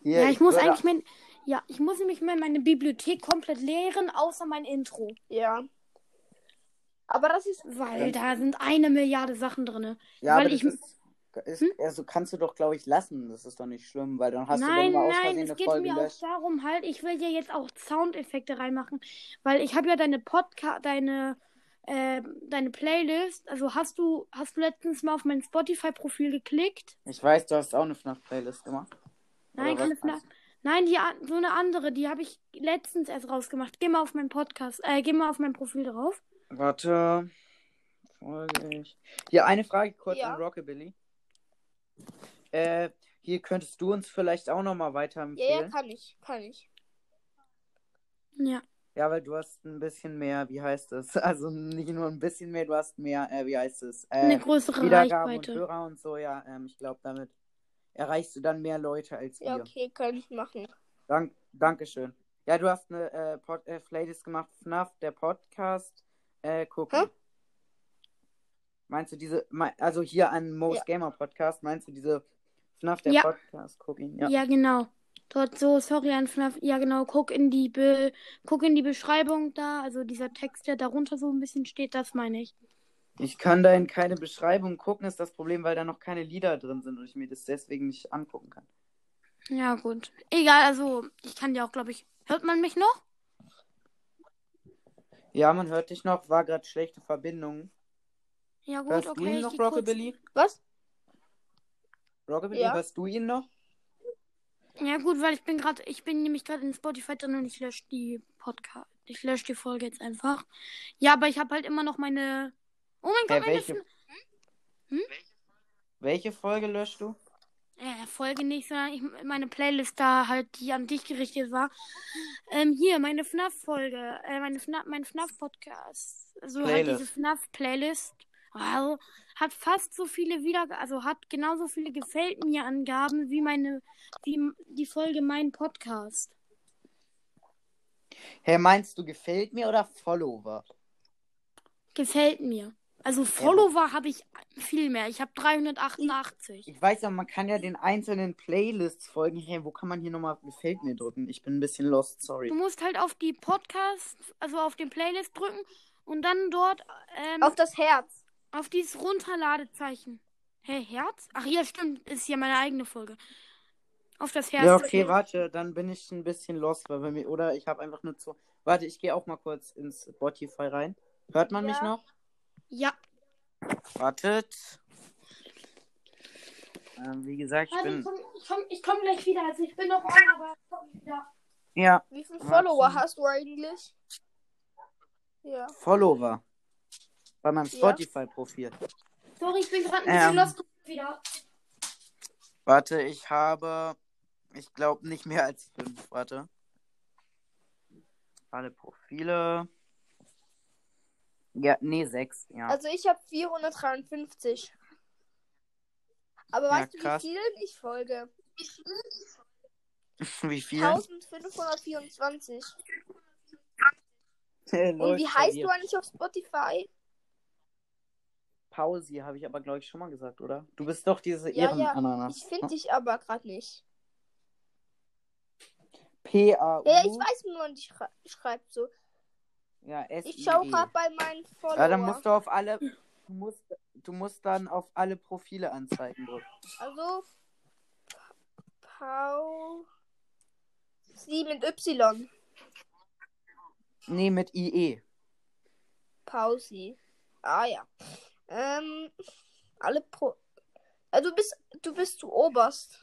Speaker 3: Hier,
Speaker 4: Ja, ich muss
Speaker 3: würde-
Speaker 4: eigentlich mein, ja, ich muss nämlich mal meine Bibliothek komplett leeren, außer mein Intro,
Speaker 2: Ja. Aber das ist
Speaker 4: weil da sind eine Milliarde Sachen drin.
Speaker 3: Ja,
Speaker 4: weil
Speaker 3: aber das
Speaker 4: ich-
Speaker 3: ist, ist,
Speaker 4: Hm?
Speaker 3: also kannst du doch, glaube ich, lassen. Das ist doch nicht schlimm, weil dann hast
Speaker 4: Nein,
Speaker 3: du dann mal aus
Speaker 4: nein,
Speaker 3: Versehen
Speaker 4: es
Speaker 3: eine
Speaker 4: geht
Speaker 3: Folge
Speaker 4: mir auch
Speaker 3: gelöscht.
Speaker 4: darum halt, ich will ja jetzt auch Soundeffekte reinmachen, weil ich habe ja deine Podcast, deine äh, deine Playlist, also hast du hast du letztens mal auf mein Spotify Profil geklickt?
Speaker 3: Ich weiß, du hast auch eine FNAF-Playlist gemacht. Oder
Speaker 4: Nein,
Speaker 3: was
Speaker 4: keine
Speaker 3: hast
Speaker 4: Fla- Nein, die an- so eine andere, die habe ich letztens erst rausgemacht. Geh mal auf mein Podcast, äh, geh mal auf mein Profil drauf.
Speaker 3: Warte. Folge ich. Hier eine Frage kurz
Speaker 2: Ja.
Speaker 3: an Rockabilly. Äh, hier könntest du uns vielleicht auch nochmal
Speaker 2: ja, ja,
Speaker 3: weiterempfehlen. Ja,
Speaker 2: kann ich, kann ich.
Speaker 4: Ja.
Speaker 3: weil du hast ein bisschen mehr, wie heißt es? [LAUGHS] Also nicht nur ein bisschen mehr, du hast mehr, äh, wie heißt es?
Speaker 4: Eine
Speaker 3: Äh,
Speaker 4: größere
Speaker 3: Wiedergaben und
Speaker 4: Reichweite.
Speaker 3: Hörer und so, ja. Ähm, ich glaube, damit erreichst du dann mehr Leute als wir.
Speaker 2: Ja, okay, kann ich machen.
Speaker 3: Dank, Dankeschön. Ja, du hast eine äh, Pod, äh, Playlist gemacht, FNAF, der Podcast. Äh, gucken.
Speaker 2: Hä?
Speaker 3: Meinst du diese, mei- also hier an Mo's
Speaker 2: Ja.
Speaker 3: Gamer Podcast, meinst du diese FNAF, der
Speaker 4: Ja.
Speaker 3: Podcast, gucken?
Speaker 4: Ja.
Speaker 3: Ja.
Speaker 4: genau. Dort so, sorry, an FNAF. Ja, genau. Guck in die Be guck in die Beschreibung da. Also dieser Text, der darunter so ein bisschen steht, das meine ich.
Speaker 3: Ich kann da in keine Beschreibung gucken, ist das Problem, weil da noch keine Lieder drin sind und ich mir das deswegen nicht angucken kann.
Speaker 4: Ja, gut. Egal, also ich kann dir auch, glaube ich. Hört man mich noch?
Speaker 3: Ja, man hört dich noch, war gerade schlechte Verbindung.
Speaker 4: Ja, gut,
Speaker 3: Hörst du
Speaker 4: okay.
Speaker 3: ihn
Speaker 4: Ich
Speaker 3: noch,
Speaker 4: geh kurz-
Speaker 3: Rockabilly?
Speaker 2: Was?
Speaker 3: Rockabilly,
Speaker 2: Ja.
Speaker 3: hörst du ihn noch?
Speaker 4: Ja, gut, weil ich bin gerade, ich bin nämlich gerade in Spotify drin und ich lösche die Podcast. Ich lösche die Folge jetzt einfach. Ja, aber ich habe halt immer noch meine. Oh mein
Speaker 3: Hä,
Speaker 4: Gott, meine
Speaker 3: Äh, welche-
Speaker 4: Fn-
Speaker 3: Welche Folge löscht du?
Speaker 4: äh, Folge nicht, sondern ich, meine Playlist da halt, die an dich gerichtet war. Ähm, hier, meine FNAF-Folge, äh, meine FNAF, mein FNAF-Podcast. Also halt
Speaker 3: Playlist.
Speaker 4: diese FNAF-Playlist. Also, hat fast so viele Wiedergaben, also hat genauso viele gefällt mir Angaben wie meine, wie m- die Folge mein Podcast.
Speaker 3: Hey, meinst du gefällt mir oder Follower?
Speaker 4: Gefällt mir. Also Follower habe ich viel mehr. Ich habe 388.
Speaker 3: Ich weiß aber, man kann ja den einzelnen Playlists folgen. Hey, wo kann man hier nochmal gefällt mir drücken? Ich bin ein bisschen lost,
Speaker 4: Du
Speaker 3: sorry.
Speaker 4: musst halt auf die Podcast, also auf den Playlist drücken und dann dort ähm,
Speaker 2: Auf das Herz.
Speaker 4: Auf dieses Runterladezeichen. Hä, Herz? Ach ja, stimmt. Ist ja meine eigene Folge. Auf das Herz.
Speaker 3: Ja, okay, warte, dann bin ich ein bisschen lost, weil bei mir, oder ich habe einfach nur zu. Warte, ich gehe auch mal kurz ins Spotify rein. Hört man mich
Speaker 2: Ja.
Speaker 3: noch?
Speaker 4: Ja,
Speaker 3: Wartet. Ähm, wie gesagt, ich
Speaker 4: warte,
Speaker 3: bin.
Speaker 4: ich komm, ich, komm, ich komm gleich wieder. Also ich bin noch on, aber ich komm wieder.
Speaker 3: Ja,
Speaker 2: Wie viele
Speaker 3: Warte.
Speaker 2: Follower hast du eigentlich? Ja.
Speaker 3: Follower. Bei meinem
Speaker 2: Ja.
Speaker 3: Spotify-Profil.
Speaker 4: Sorry, ich bin gerade ein bisschen
Speaker 3: Ähm.
Speaker 4: lost und wieder.
Speaker 3: Warte, ich habe. Ich glaube nicht mehr als fünf. Warte. Alle Profile. Ja, nee, sechs. Ja.
Speaker 2: Also ich habe 453. Aber
Speaker 3: Ja,
Speaker 2: weißt
Speaker 3: krass.
Speaker 2: du, wie vielen ich folge?
Speaker 3: Wie viel? [LAUGHS]
Speaker 2: 1524.
Speaker 3: Hey,
Speaker 2: Und wie
Speaker 3: Leute,
Speaker 2: heißt
Speaker 3: hier.
Speaker 2: du eigentlich auf Spotify?
Speaker 3: Pausi, habe ich aber, glaube ich, schon mal gesagt, oder? Du bist doch diese
Speaker 2: Ja, ja,
Speaker 3: Ehrenananas.
Speaker 2: Ich finde dich aber gerade nicht.
Speaker 3: P-A-U.
Speaker 2: Ja, ja, ich weiß, wie man dich schrei- schreibt so.
Speaker 3: Ja, S E.
Speaker 2: Ich schaue gerade bei meinen
Speaker 3: Ja, dann
Speaker 2: Followern.
Speaker 3: musst du auf alle. Du musst, du musst dann auf alle Profile anzeigen drücken.
Speaker 2: Also Pau Sie mit Y.
Speaker 3: Nee, mit E. IE.
Speaker 2: Pausi. Ah ja. Ähm, alle Pro. Äh, du bist du bist zu oberst.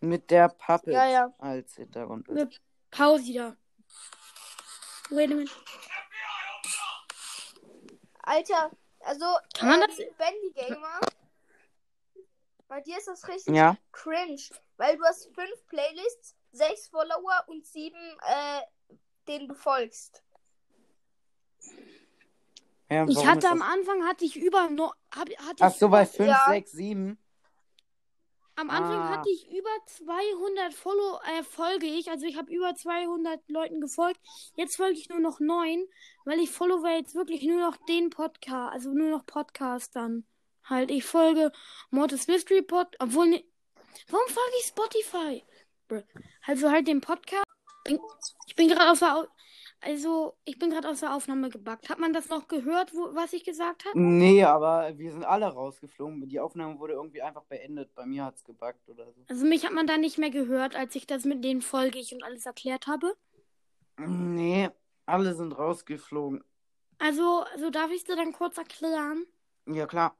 Speaker 3: mit der Pappe
Speaker 2: Ja, ja.
Speaker 3: als Hintergrund.
Speaker 4: Mit- Pausi da. Wait a minute.
Speaker 2: Alter, also
Speaker 4: Kann man das?
Speaker 2: Bendy Gamer, bei dir ist das richtig
Speaker 3: Ja,
Speaker 2: cringe, weil du hast fünf Playlists, sechs Follower und sieben, äh, den du folgst.
Speaker 3: ja
Speaker 4: Ich
Speaker 3: warum
Speaker 4: hatte
Speaker 3: ist
Speaker 4: am
Speaker 3: das-
Speaker 4: Anfang hatte ich über no, hab, hatte
Speaker 3: Ach
Speaker 4: ich
Speaker 3: so, bei
Speaker 4: über-
Speaker 3: 5,
Speaker 2: Ja.
Speaker 3: 6, 7.
Speaker 4: am Anfang
Speaker 3: Ah.
Speaker 4: hatte ich über 200 Follow äh, folge ich, also ich habe über 200 Leuten gefolgt. Jetzt folge ich nur noch neun, weil ich follower jetzt wirklich nur noch den Podcast, also nur noch Podcastern. Halt, ich folge Mortis Mystery Pod, obwohl ne, warum folge ich Spotify? Bruh. Also halt den Podcast. Bin- Ich bin gerade aus der Au also ich bin gerade aus der Aufnahme gebackt. Hat man das noch gehört, wo, was ich gesagt habe?
Speaker 3: Nee, aber wir sind alle rausgeflogen. Die Aufnahme wurde irgendwie einfach beendet. Bei mir hat's gebackt oder so.
Speaker 4: Also mich hat man da nicht mehr gehört, als ich das mit denen folge ich und alles erklärt habe.
Speaker 3: Nee, alle sind rausgeflogen.
Speaker 4: Also, so darf ich es dir dann kurz erklären.
Speaker 3: Ja, klar.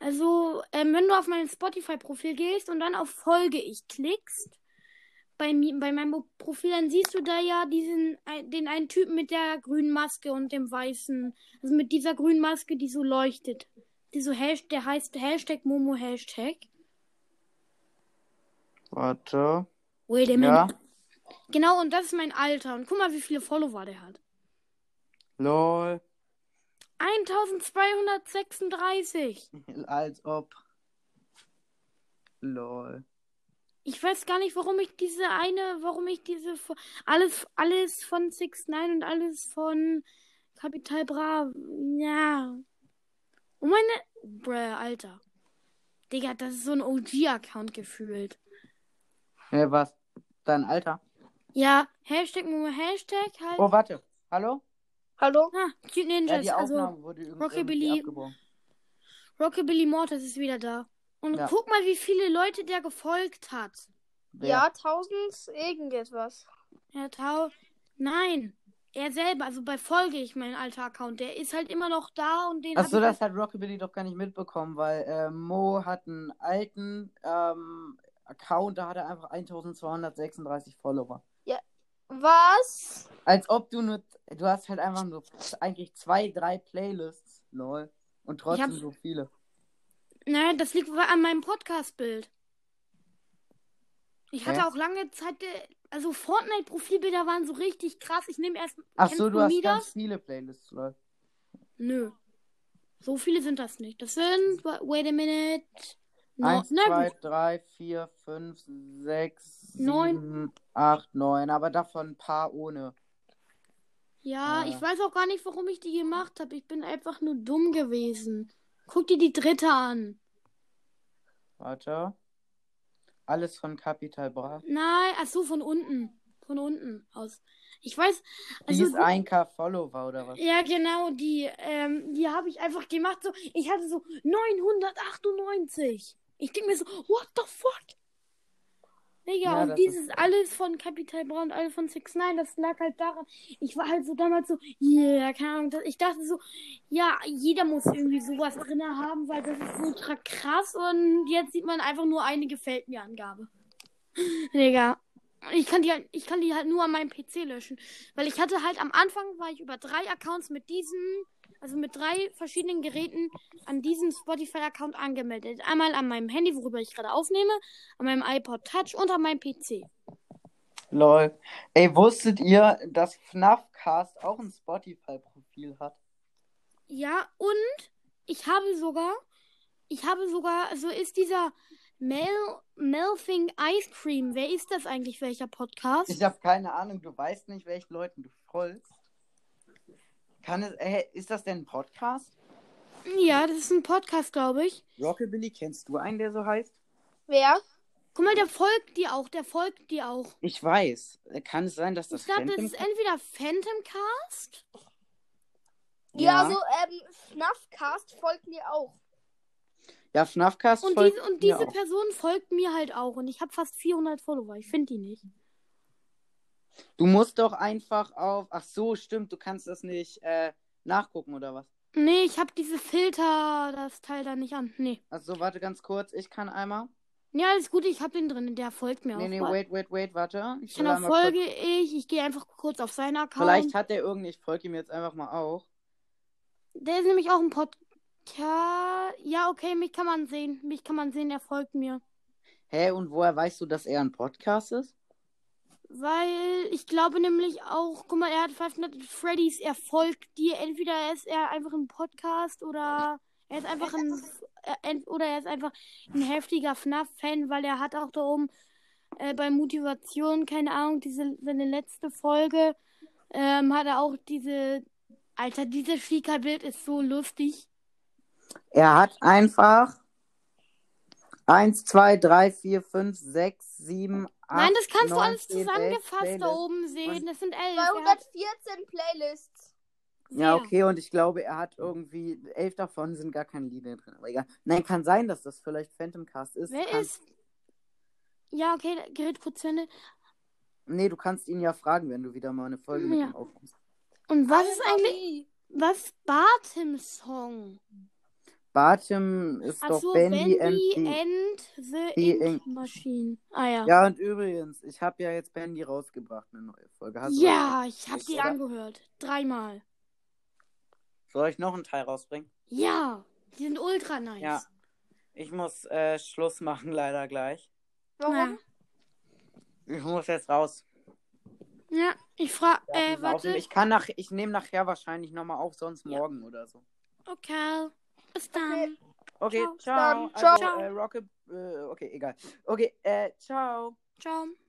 Speaker 4: Also, ähm, wenn du auf mein Spotify-Profil gehst und dann auf Folge ich klickst, bei, mi- bei meinem Mo- Profil, dann siehst du da ja diesen, ein- den einen Typen mit der grünen Maske und dem weißen, also mit dieser grünen Maske, die so leuchtet. Die so, Hasht- der heißt Hashtag Momo Hashtag.
Speaker 3: Warte.
Speaker 4: Wait a
Speaker 3: Ja.
Speaker 4: minute. Genau, und das ist mein Alter. Und guck mal, wie viele Follower der hat.
Speaker 3: Lol.
Speaker 4: 1236.
Speaker 3: Als ob. Lol.
Speaker 4: Ich weiß gar nicht, warum ich diese eine, warum ich diese fo- alles alles von Six Nine und alles von Capital Bra. Ja. Und meine Bruh, Alter. Digga, das ist so ein OG Account gefühlt.
Speaker 3: Hä, was? Dein Alter?
Speaker 4: Ja, Hashtag nur Hashtag halt.
Speaker 3: Oh, warte. Hallo?
Speaker 2: Hallo?
Speaker 4: Ah, Cute
Speaker 3: Ja,
Speaker 4: Ninjas,
Speaker 3: die
Speaker 4: also
Speaker 3: Aufnahme wurde irgendwie
Speaker 4: Rockabilly-
Speaker 3: irgendwie abgebrochen.
Speaker 4: Rockabilly Mortis ist wieder da. Und
Speaker 3: Ja.
Speaker 4: guck mal, wie viele Leute der gefolgt hat.
Speaker 3: Wer?
Speaker 2: Ja, 1000 irgendetwas.
Speaker 4: Herr Tau. Nein. Er selber, also bei Folge ich mein alter Account, der ist halt immer noch da und den hab
Speaker 3: Achso,
Speaker 4: ich
Speaker 3: das hat Rockabilly doch gar nicht mitbekommen, weil äh, Mo hat einen alten ähm, Account, da hat er einfach 1236 Follower.
Speaker 2: Was?
Speaker 3: Als ob du nur, du hast halt einfach nur eigentlich zwei, drei Playlists, lol. Und trotzdem
Speaker 4: hab-
Speaker 3: so viele.
Speaker 4: Nein, das liegt an meinem Podcast-Bild. Ich hatte
Speaker 3: Hä?
Speaker 4: auch lange Zeit, äh, also Fortnite-Profilbilder waren so richtig krass. Ich nehme erst. kennst
Speaker 3: Achso, du hast
Speaker 4: Midas?
Speaker 3: ganz viele Playlists, lol.
Speaker 4: Nö. So viele sind das nicht. Das sind. wa- Wait a minute. No,
Speaker 3: Eins,
Speaker 4: na
Speaker 3: zwei,
Speaker 4: gut.
Speaker 3: drei, vier, fünf, sechs,
Speaker 4: Neun.
Speaker 3: sieben, acht, neun. Aber davon ein paar ohne.
Speaker 4: Ja,
Speaker 3: Ah.
Speaker 4: ich weiß auch gar nicht, warum ich die gemacht habe. Ich bin einfach nur dumm gewesen. Guck dir die dritte an.
Speaker 3: Warte. Alles von Capital Bra.
Speaker 4: Nein, ach so, von unten. Von unten aus. Ich weiß.
Speaker 3: Die
Speaker 4: Also,
Speaker 3: ist 1k Follower oder was?
Speaker 4: Ja, genau, die, ähm, die habe ich einfach gemacht. So, ich hatte so 998. Ich denke mir so, what the fuck? Digga,
Speaker 3: Ja,
Speaker 4: und
Speaker 3: das
Speaker 4: dieses
Speaker 3: ist-
Speaker 4: alles von Capital Bra und alles von 6 9 das lag halt daran. Ich war halt so damals so, yeah, keine Ahnung. das- Ich dachte so, ja, jeder muss irgendwie sowas drin haben, weil das ist ultra krass. Und jetzt sieht man einfach nur eine gefällt mir Angabe. [LAUGHS] Digga. Ich kann, die halt, ich kann die halt nur an meinem PC löschen. Weil ich hatte halt am Anfang war ich über drei Accounts mit diesen, also mit drei verschiedenen Geräten an diesem Spotify-Account angemeldet. Einmal an meinem Handy, worüber ich gerade aufnehme, an meinem iPod Touch und an meinem PC.
Speaker 3: Lol. Ey, wusstet ihr, dass FNAFcast auch ein Spotify-Profil hat?
Speaker 4: Ja, und ich habe sogar, ich habe sogar, also ist dieser Mel Melting Ice Cream, wer ist das eigentlich, welcher Podcast?
Speaker 3: Ich habe keine Ahnung, du weißt nicht, welchen Leuten du folgst. Kann es, ey, ist das denn ein Podcast?
Speaker 4: Ja, das ist ein Podcast, glaube ich.
Speaker 3: Rockabilly, kennst du einen, der so heißt?
Speaker 2: Wer?
Speaker 4: Guck mal, der folgt dir auch, der folgt dir auch.
Speaker 3: Ich weiß. Kann es sein, dass das
Speaker 4: Ich glaube, das
Speaker 3: Phantom-
Speaker 4: ist entweder Phantom Cast
Speaker 2: Ja, so, ähm, FNAFcast folgt mir auch.
Speaker 3: Ja, FNAFcast
Speaker 4: Und,
Speaker 3: folgt
Speaker 4: diese, und
Speaker 3: mir
Speaker 4: diese
Speaker 3: auch.
Speaker 4: Person folgt mir halt auch. Und ich habe fast 400 Follower. Ich finde die nicht.
Speaker 3: Du musst doch einfach auf. Ach so, stimmt, du kannst das nicht äh, nachgucken oder was?
Speaker 4: Nee, ich habe diese Filter, das Teil da nicht an. Nee.
Speaker 3: Also warte ganz kurz, ich kann einmal.
Speaker 4: Ja, alles gut, ich hab den drin, der folgt mir
Speaker 3: Nee,
Speaker 4: auch.
Speaker 3: nee,
Speaker 4: Warte.
Speaker 3: wait, wait, wait, warte. Ich
Speaker 4: Genau,
Speaker 3: will einmal kurz-
Speaker 4: folge ich. Ich gehe einfach kurz auf seinen Account.
Speaker 3: Vielleicht hat er irgendwie, ich folge ihm jetzt einfach mal auch.
Speaker 4: Der ist nämlich auch ein Podcast. Ja, okay, mich kann man sehen. Mich kann man sehen, er folgt mir.
Speaker 3: Hä, und woher weißt du, dass er ein Podcast ist?
Speaker 4: Weil ich glaube nämlich auch, guck mal, er hat Five Nights at Freddy's, er folgt dir. Entweder ist er einfach im Podcast oder er ist einfach
Speaker 3: [LAUGHS]
Speaker 4: ein äh, ent- oder er ist einfach ein heftiger FNAF-Fan, weil er hat auch da oben äh, bei Motivation, keine Ahnung, diese seine letzte Folge, ähm, hat er auch diese. Alter, dieses Schika-Bild ist so lustig.
Speaker 3: Er hat einfach 1, 2, 3, 4, 5, 6, 7, 8.
Speaker 4: Nein, das
Speaker 3: 9,
Speaker 4: kannst du alles
Speaker 3: 10, 11
Speaker 4: zusammengefasst da
Speaker 3: Playlists.
Speaker 4: oben sehen. Das sind elf. Er hat
Speaker 2: 214 Playlists.
Speaker 3: Ja,
Speaker 4: sehr.
Speaker 3: okay, und ich glaube, er hat irgendwie, elf davon sind gar keine Lieder drin. Aber egal. Nein, kann sein, dass das vielleicht Phantom Cast ist.
Speaker 4: Wer
Speaker 3: Kann-
Speaker 4: ist? Ja, okay, da- Gerät kurz zu Ende.
Speaker 3: Nee, du kannst ihn ja fragen, wenn du wieder mal eine Folge mit
Speaker 4: Ja.
Speaker 3: ihm aufnimmst.
Speaker 4: Und was ist eigentlich, was ist Bartims Song?
Speaker 3: Bartim ist doch
Speaker 4: Achso,
Speaker 3: Bendy
Speaker 4: Bendy,
Speaker 3: and Pete.
Speaker 4: and the
Speaker 3: The
Speaker 4: Ink
Speaker 3: Ink.
Speaker 4: Machine. Ah ja. Ja,
Speaker 3: Ja, und übrigens, ich habe ja jetzt Bendy rausgebracht, eine neue Folge. Hast du also das?
Speaker 4: ich hab
Speaker 3: Ist,
Speaker 4: die
Speaker 3: oder?
Speaker 4: angehört. Dreimal.
Speaker 3: Soll ich noch einen Teil rausbringen?
Speaker 4: Ja, die sind ultra nice.
Speaker 3: Ja. Ich muss äh, Schluss machen, [LAUGHS] leider gleich.
Speaker 2: Warum?
Speaker 3: Ich muss jetzt raus.
Speaker 4: Na, ja, ich frag, äh,
Speaker 3: Aufnehmen.
Speaker 4: warte.
Speaker 3: Ich kann nach, ich nehme nachher wahrscheinlich nochmal auf, sonst
Speaker 4: Ja.
Speaker 3: morgen oder so.
Speaker 4: Okay. Oh, Bis dann.
Speaker 3: Okay,
Speaker 4: Ciao.
Speaker 3: ciao.
Speaker 2: Dann ciao.
Speaker 3: Also, äh, Rocket, äh, okay, egal. Okay, äh, ciao.
Speaker 4: Ciao.